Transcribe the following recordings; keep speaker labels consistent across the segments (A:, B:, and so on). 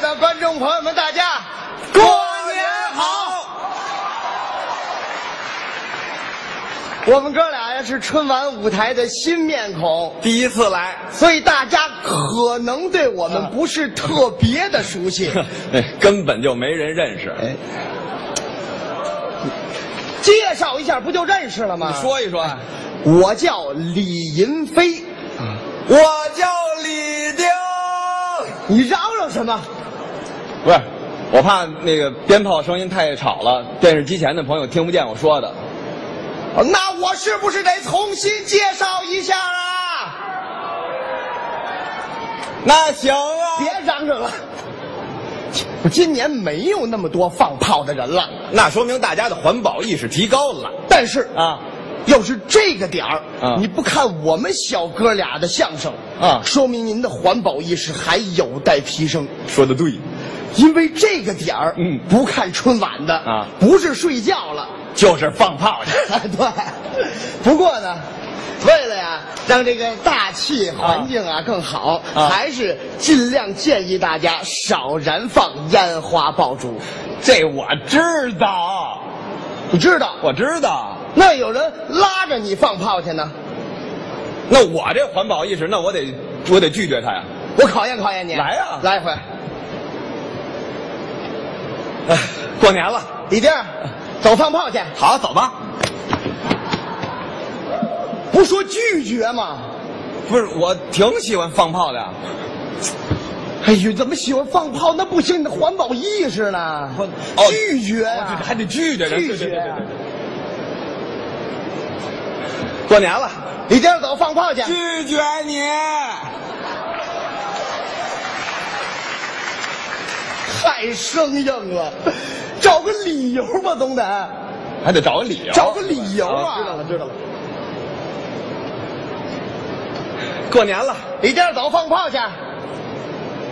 A: 的观众朋友们，大家
B: 过年好！
A: 我们哥俩呀是春晚舞台的新面孔，
B: 第一次来，
A: 所以大家可能对我们不是特别的熟 悉。
B: 哎根本就没人认识。
A: 哎，介绍一下，不就认识了吗？
B: 你，说一说，
A: 我叫李银飞，
B: 我叫李丁。
A: 你嚷嚷什么？
B: 不是，我怕那个鞭炮声音太吵了，电视机前的朋友听不见我说的。
A: 哦那我是不是得重新介绍一下啊？
B: 那行啊，
A: 别嚷嚷了，今年没有那么多放炮的人了，
B: 那说明大家的环保意识提高了
A: 但是
B: 啊。
A: 要是这个点儿，
B: 嗯
A: 你不看我们小哥俩的相声，
B: 嗯
A: 说明您的环保意识还有待提升。
B: 说的对，
A: 因为这个点儿，
B: 嗯
A: 不看春晚的
B: 啊
A: 不是睡觉了，
B: 就是放炮去。
A: 对。不过呢，为了呀，让这个大气环境啊更好，
B: 啊
A: 还是尽量建议大家少燃放烟花爆竹。
B: 这我知道，
A: 你知道，
B: 我知道。
A: 那有人拉着你放炮去呢，
B: 那我这环保意识，那我得我得拒绝他呀。
A: 我考验考验你。
B: 来啊呀
A: 来一回。
B: 哎，过年了，
A: 李丁儿，走放炮去，
B: 好，走吧。
A: 不说拒绝吗？
B: 不是，我挺喜欢放炮的。
A: 哎呦，怎么喜欢放炮？那不行，你的环保意识呢？
B: 哦
A: 拒绝呀、
B: 哦对还得拒绝人
A: 拒
B: 对对
A: 绝啊
B: 对
A: 呀、
B: 对过年了，
A: 李丁儿，走放炮去。
B: 拒绝你。
A: 太生硬了， 哦找个理由吧，总得
B: 还得找个理由，
A: 找个理由啊！
B: 哦知道了，知道
A: 了。
B: 了。过年了，
A: 李丁儿走放炮去，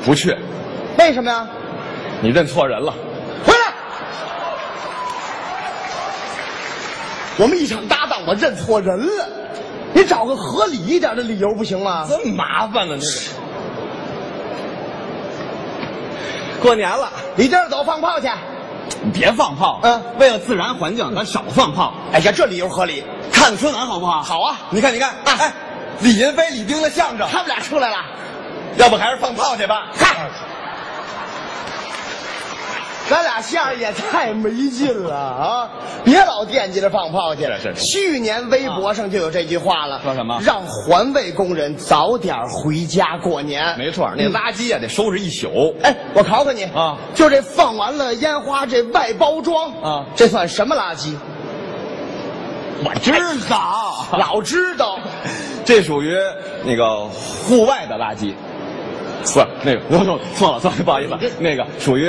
B: 不去，
A: 为什么呀？
B: 你认错人了。
A: 回来！我们一场搭档，我认错人了。你找个合理一点的理由不行吗？
B: 这么麻烦呢、这个。过年了，
A: 李丁儿走放炮去。
B: 你别放炮。
A: 嗯
B: 为了自然环境，咱少放炮。
A: 哎呀，这理由合理。
B: 看春晚好不好？好啊！你看，你看，哎，李云飞、李丁的相声，
A: 他们俩出来了，
B: 要不还是放炮去吧？
A: 嗨，咱俩相声也太没劲了啊！别老惦记着放炮去。
B: 是是是
A: 去年微博上就有这句话了，
B: 说什么
A: 让环卫工人早点回家过年。
B: 没错，那
A: 嗯
B: 垃圾呀、得收拾一宿。
A: 哎，我考考你
B: 啊
A: 就这放完了烟花这外包装
B: 啊
A: 这算什么垃圾？
B: 我知道
A: 老知道，
B: 这属于那个户外的垃圾，不是那个，我错错了，错 了，不好意思，那个属于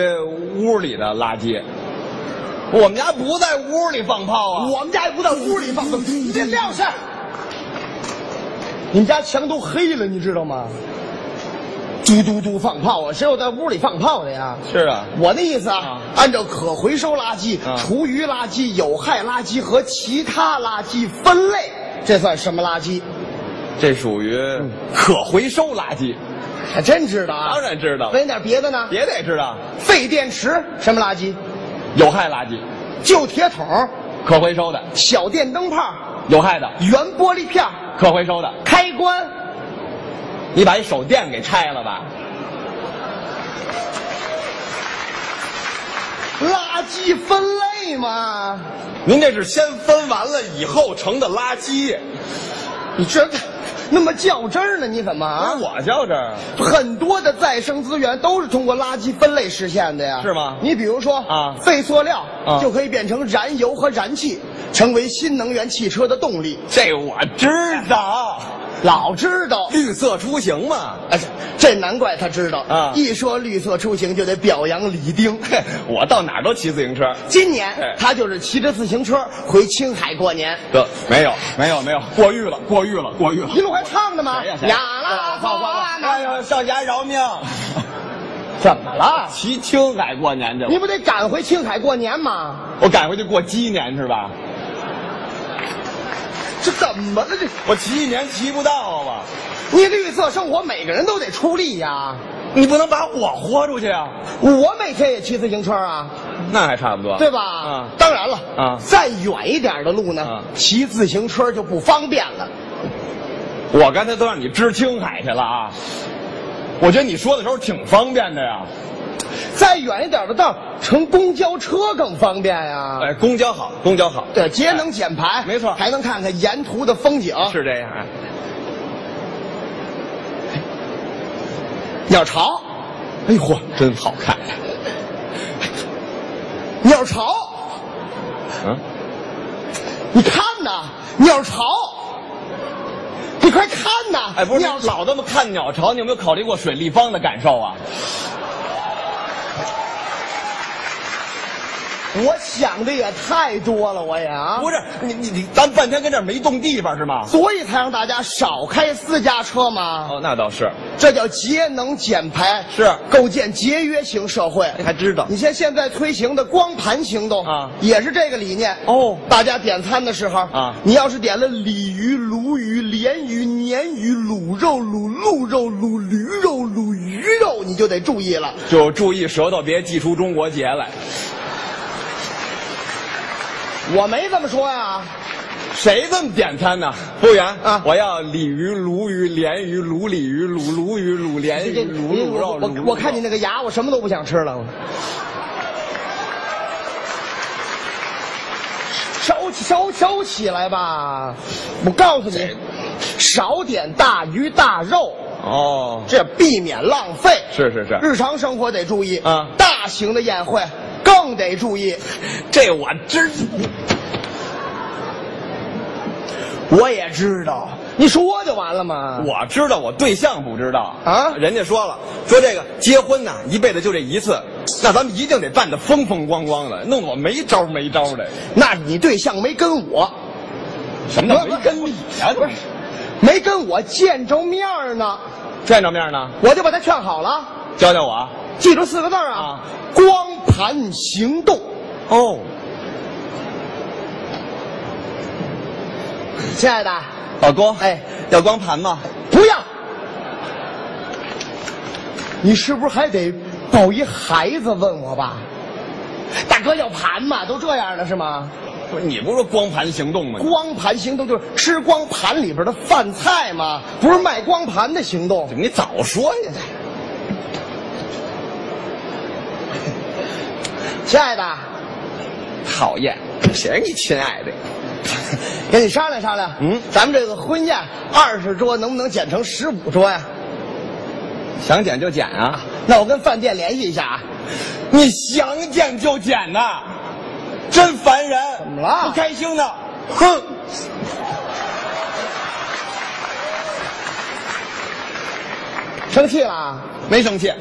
B: 屋里的垃圾。我们家不在屋里放炮啊，
A: 我们家也不在屋里放的，你这撂下。嗯你们家墙都黑了，你知道吗？嘟嘟嘟放炮啊！谁有在屋里放炮的呀？
B: 是啊，
A: 我那意思啊
B: 啊，
A: 按照可回收垃圾、
B: 啊
A: 厨余垃圾、有害垃圾和其他垃圾分类，这算什么垃圾？
B: 这属于可回收垃圾，
A: 还真知道啊！
B: 当然知道了
A: 问点别的呢？
B: 嗯也得知道
A: 废电池什么垃圾？
B: 有害垃圾，
A: 旧铁桶、
B: 可回收的，
A: 小电灯泡、
B: 有害的，
A: 圆玻璃片、
B: 可回收的。
A: 开关，
B: 你把一手电给拆了吧？
A: 垃圾分类嘛。
B: 您这是先分完了以后成的垃圾，
A: 你这那么较真儿呢？你怎么啊？
B: 我较真儿。
A: 很多的再生资源都是通过垃圾分类实现的呀，
B: 是吗
A: 你比如说
B: 啊
A: 废塑料
B: 啊
A: 就可以变成燃油和燃气，成为新能源汽车的动力。
B: 这我知道，
A: 老知道，
B: 绿色出行嘛。
A: 哎，这难怪他知道
B: 啊
A: 一说绿色出行，就得表扬李丁。
B: 嘿，我到哪儿都骑自行车。
A: 今年
B: 哎
A: 他就是骑着自行车回青海过年，
B: 这没有，没有，没有，过誉了，过誉了，过誉了哎
A: 一路还唱呢吗？
B: 谁呀谁呀
A: 呀啦啊啦啦
B: 哎
A: 啦！
B: 呦，少侠饶命！啊
A: 怎么了？
B: 骑青海过年去
A: 你不得赶回青海过年吗？
B: 我赶回去过鸡年是吧？
A: 这怎么了？这
B: 我骑一年骑不到啊！
A: 你绿色生活，每个人都得出力呀。
B: 你不能把我豁出去啊！
A: 我每天也骑自行车啊，
B: 那还差不多，
A: 对吧？
B: 啊、
A: 当然了
B: 啊
A: 再远一点的路呢，
B: 啊
A: 骑自行车就不方便了。
B: 我刚才都让你知青海去了啊！我觉得你说的时候挺方便的呀。
A: 再远一点的道，乘公交车更方便呀、
B: 哎，公交好，公交好，
A: 对，节能减排，
B: 没错
A: 还能看看沿途的风景。
B: 是这样。啊
A: 鸟巢，
B: 哎呦嚯，真好看！
A: 鸟巢，
B: 嗯，
A: 你看呐，鸟巢，你快看呐！
B: 哎，不是，
A: 鸟
B: 你老那么看鸟巢，你有没有考虑过水立方的感受啊？
A: 我想的也太多了，我也啊，
B: 不是，你你你，咱半天跟这儿没动地方是吗？
A: 所以才让大家少开私家车嘛。
B: 哦，那倒是，
A: 这叫节能减排，
B: 是
A: 构建节约型社会。
B: 你还知道
A: 你像现在推行的光盘行动
B: 啊
A: 也是这个理念。
B: 哦
A: 大家点餐的时候
B: 啊
A: 你要是点了鲤鱼、鲈鱼、鲢鱼、鲶鱼、卤肉、卤鹿肉、卤驴肉、卤鱼肉，你就得注意了。
B: 就注意舌头别祭出中国结来。
A: 我没这么说呀，
B: 谁这么点餐呢？服务员
A: 啊
B: 我要鲤鱼、鲈鱼、鲢鱼、鲈鲤鱼、鲈鲈鱼、鲈鲢鱼、
A: 我
B: 鲈卤肉。
A: 哎我
B: 卤肉
A: 我看你那个牙，我什么都不想吃了。收起收收起来吧！我告诉你，少点大鱼大肉，
B: 哦，
A: 这避免浪费。
B: 是是是，
A: 日常生活得注意
B: 啊
A: 大型的宴会更得注意。
B: 这我知。
A: 我也知道，你说就完了吗？
B: 我知道，我对象不知道
A: 啊
B: 人家说了，说这个结婚呐、一辈子就这一次，那咱们一定得办得风风光光的，弄我没招没招的。
A: 那你对象没跟我，
B: 什么叫没跟你啊？不是，
A: 没跟我见着面儿呢，
B: 见着面呢，
A: 我就把他劝好了。
B: 教教我啊。
A: 记住四个字儿啊
B: 啊，
A: 光盘行动。
B: 哦，
A: 亲爱的，
B: 老公，
A: 哎，
B: 要光盘吗？
A: 不要，你是不是还得抱一孩子问我吧？大哥要盘嘛，都这样了是吗？
B: 不是，你不是说光盘行动吗？
A: 光盘行动就是吃光盘里边的饭菜嘛，不是卖光盘的行动。
B: 你早说呀！
A: 亲爱的，
B: 讨厌，谁是你亲爱的呀？
A: 跟你商量商量，
B: 嗯
A: 咱们这个婚宴二十桌能不能减成十五桌呀、
B: 想减就减啊！
A: 那我跟饭店联系一下啊。
B: 你想减就减呐、真烦人！怎
A: 么了
B: 不开心呢？哼！
A: 生气了啊？
B: 没生气，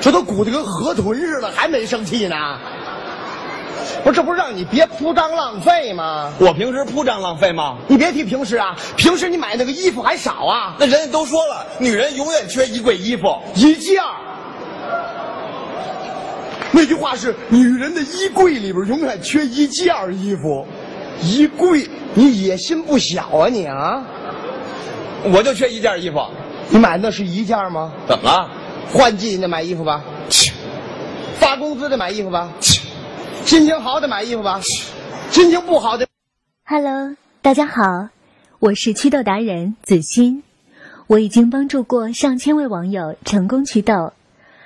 A: 这都鼓得跟河豚似的，还没生气呢。不是，这不是让你别铺张浪费吗？
B: 我平时铺张浪费吗？
A: 你别提平时啊，平时你买那个衣服还少啊，
B: 那人家都说了，女人永远缺一柜衣服。
A: 一件儿。那句话是：女人的衣柜里边永远缺一件儿衣服。衣柜，你野心不小啊你啊！
B: 我就缺一件衣服，
A: 你买那是一件儿吗？
B: 怎么了？
A: 换季你得买衣服吧，
B: 切
A: 发工资得买衣服吧，
B: 切
A: 心情好得买衣服吧，心情不好得。
C: Hello，大家好，我是祛痘达人子欣，我已经帮助过上千位网友成功祛痘，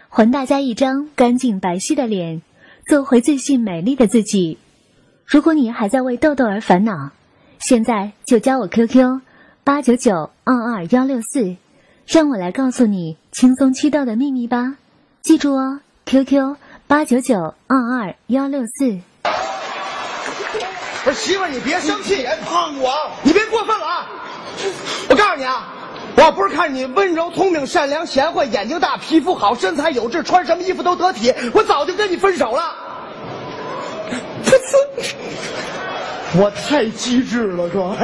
C: 还大家一张干净白皙的脸，做回自信美丽的自己。如果你还在为痘痘而烦恼，现在就加我 QQ 八九九二二幺六四，让我来告诉你轻松祛痘的秘密吧。记住哦，QQ 八九九二二幺六四。
A: 不是媳妇儿，你别生气，哎
B: 碰我！
A: 你别过分了啊！我告诉你啊，我要不是看你温柔、聪明、善良、贤惠、眼睛大、皮肤好、身材有致，穿什么衣服都得体，我早就跟你分手了。 噗呲！我太机智了， 哥，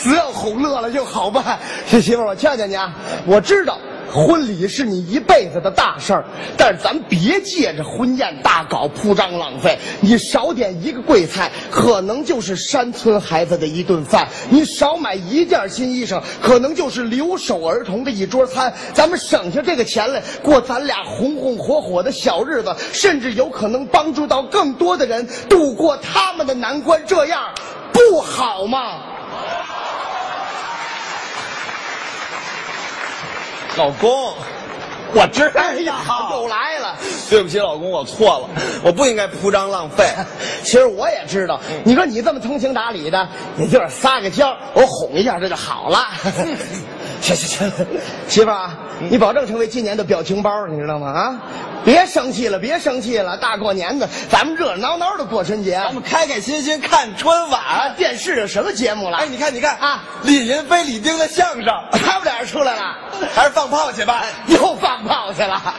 A: 只要哄乐了就好办。这媳妇儿，我劝劝你啊，我知道婚礼是你一辈子的大事儿，但是咱别借着婚宴大搞铺张浪费。你少点一个贵菜，可能就是山村孩子的一顿饭；你少买一件新衣裳，可能就是留守儿童的一桌餐。咱们省下这个钱来，过咱俩红红火火的小日子，甚至有可能帮助到更多的人度过他们的难关。这样不好吗？
B: 老公，哎我知道。
A: 又来了。
B: 对不起，老公，我错了，我不应该铺张浪费。
A: 其实我也知道，
B: 嗯
A: 你说你这么通情达理的，你就是撒个娇，我哄一下这就好了。 行行行，媳妇儿啊，你保证成为今年的表情包，你知道吗？啊，别生气了，别生气了，大过年的，咱们热热闹闹的过春节。
B: 咱们开开心心看春
A: 啊
B: 晚。，
A: 电视上什么节目了？
B: 哎，你看，你看
A: 啊，
B: 李 云飞、李丁的相声，哎
A: 他们俩出来了，
B: 还是放炮去吧。
A: 又放炮去了。